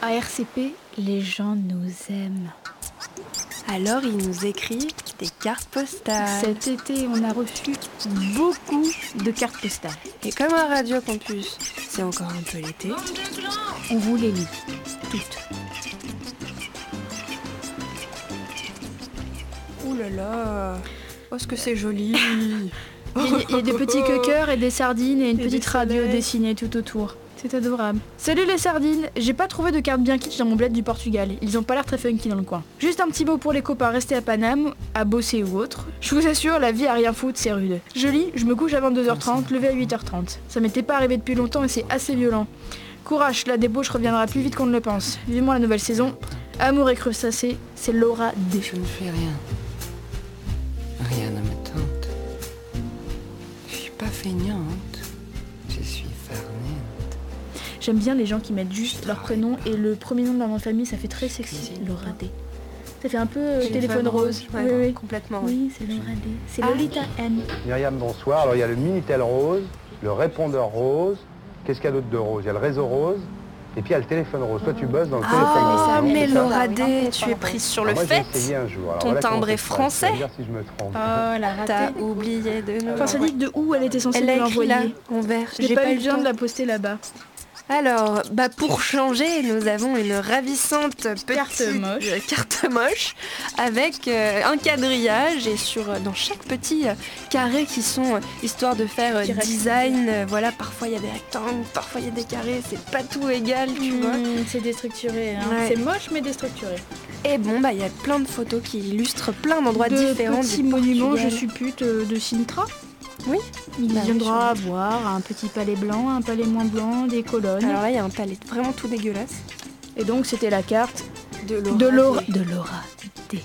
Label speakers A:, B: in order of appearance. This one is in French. A: À RCP, les gens nous aiment.
B: Alors il nous écrit des cartes postales.
A: Cet été, on a reçu beaucoup de cartes postales.
B: Et comme un Radio Campus, c'est encore un peu l'été.
A: On vous les lit toutes.
B: Ouh là là Oh ce que c'est
A: Il
B: joli
A: y a- il y a des petits cuckers et des sardines et une
B: Et
A: petite
B: des
A: radio
B: soleils.
A: dessinée tout autour. C'est adorable. Salut les sardines J'ai pas trouvé de carte bien kitsch dans mon bled du Portugal. Ils ont pas l'air très funky dans le coin. Juste un petit mot pour les copains restés à Paname, à bosser ou autre. Je vous assure, la vie à rien foutre, c'est rude. Je lis, je me couche à 22h30, levé à 8h30. Ça m'était pas arrivé depuis longtemps et c'est assez violent. Courage, la débauche reviendra plus vite qu'on ne le pense. Vivement la nouvelle saison. Amour et crustacés, c'est Laura D.
C: Je ne fais rien. Rien ne me tente. Je suis pas feignante. Je suis farnée.
A: J'aime bien les gens qui mettent juste leur prénom et le premier nom de leur nom de famille, ça fait très sexy. Laura D. Ça fait un peu euh, téléphone rose.
B: Ouais,
A: Oui, oui.
B: Complètement. oui.
A: Oui, c'est Laura D. C'est Lolita N.
D: Myriam, bonsoir. Alors, il y a le Minitel rose, le répondeur rose. Qu'est-ce qu'il y a d'autre de rose Il y a le réseau rose. Et puis il y a le téléphone rose. Toi, tu bosses dans le téléphone rose.
B: Ah
D: non,
B: mais
D: c'est ça
B: Laura D, tu es prise sur le
D: Alors, Ah, moi, j'ai essayé
B: fait
D: un jour. Alors,
B: Ton
D: voilà comment
B: timbre
D: ça
B: est
D: se passe. Tu vas me
B: français Ah.
D: dire si je me trompe.
A: la
B: T'as oublié de nous
A: Enfin, ça dit de où elle était censée
B: Elle
A: me
B: a écrit
A: l'envoyer.
B: là, en vert.
A: J'ai pas, eu
B: le
A: besoin
B: temps.
A: de la poster là-bas.
B: Alors, bah pour changer, nous avons une ravissante petite
A: Carte moche.
B: euh, carte moche avec euh, un quadrillage et sur euh, dans chaque petit euh, carré qui sont euh, histoire de faire euh,
A: Petit rectangle.
B: design. euh, voilà, parfois il y a des rectangles, parfois il y a des carrés, c'est pas tout égal, tu vois.
A: Mmh, c'est déstructuré. hein.
B: Mm. Ouais.
A: C'est moche, mais déstructuré.
B: Et bon, bah il y a plein de photos qui illustrent plein d'endroits
A: de
B: différents. du
A: petits monuments, je
B: Portugal.
A: suppute, euh, de Sintra.
B: Oui.
A: Il
B: Bah oui,
A: viendra à voir un petit palais blanc, un palais moins blanc, des colonnes.
B: Alors là, il y a un palais vraiment tout dégueulasse.
A: Et donc, c'était la carte
B: De
A: de Laura. De Laura D.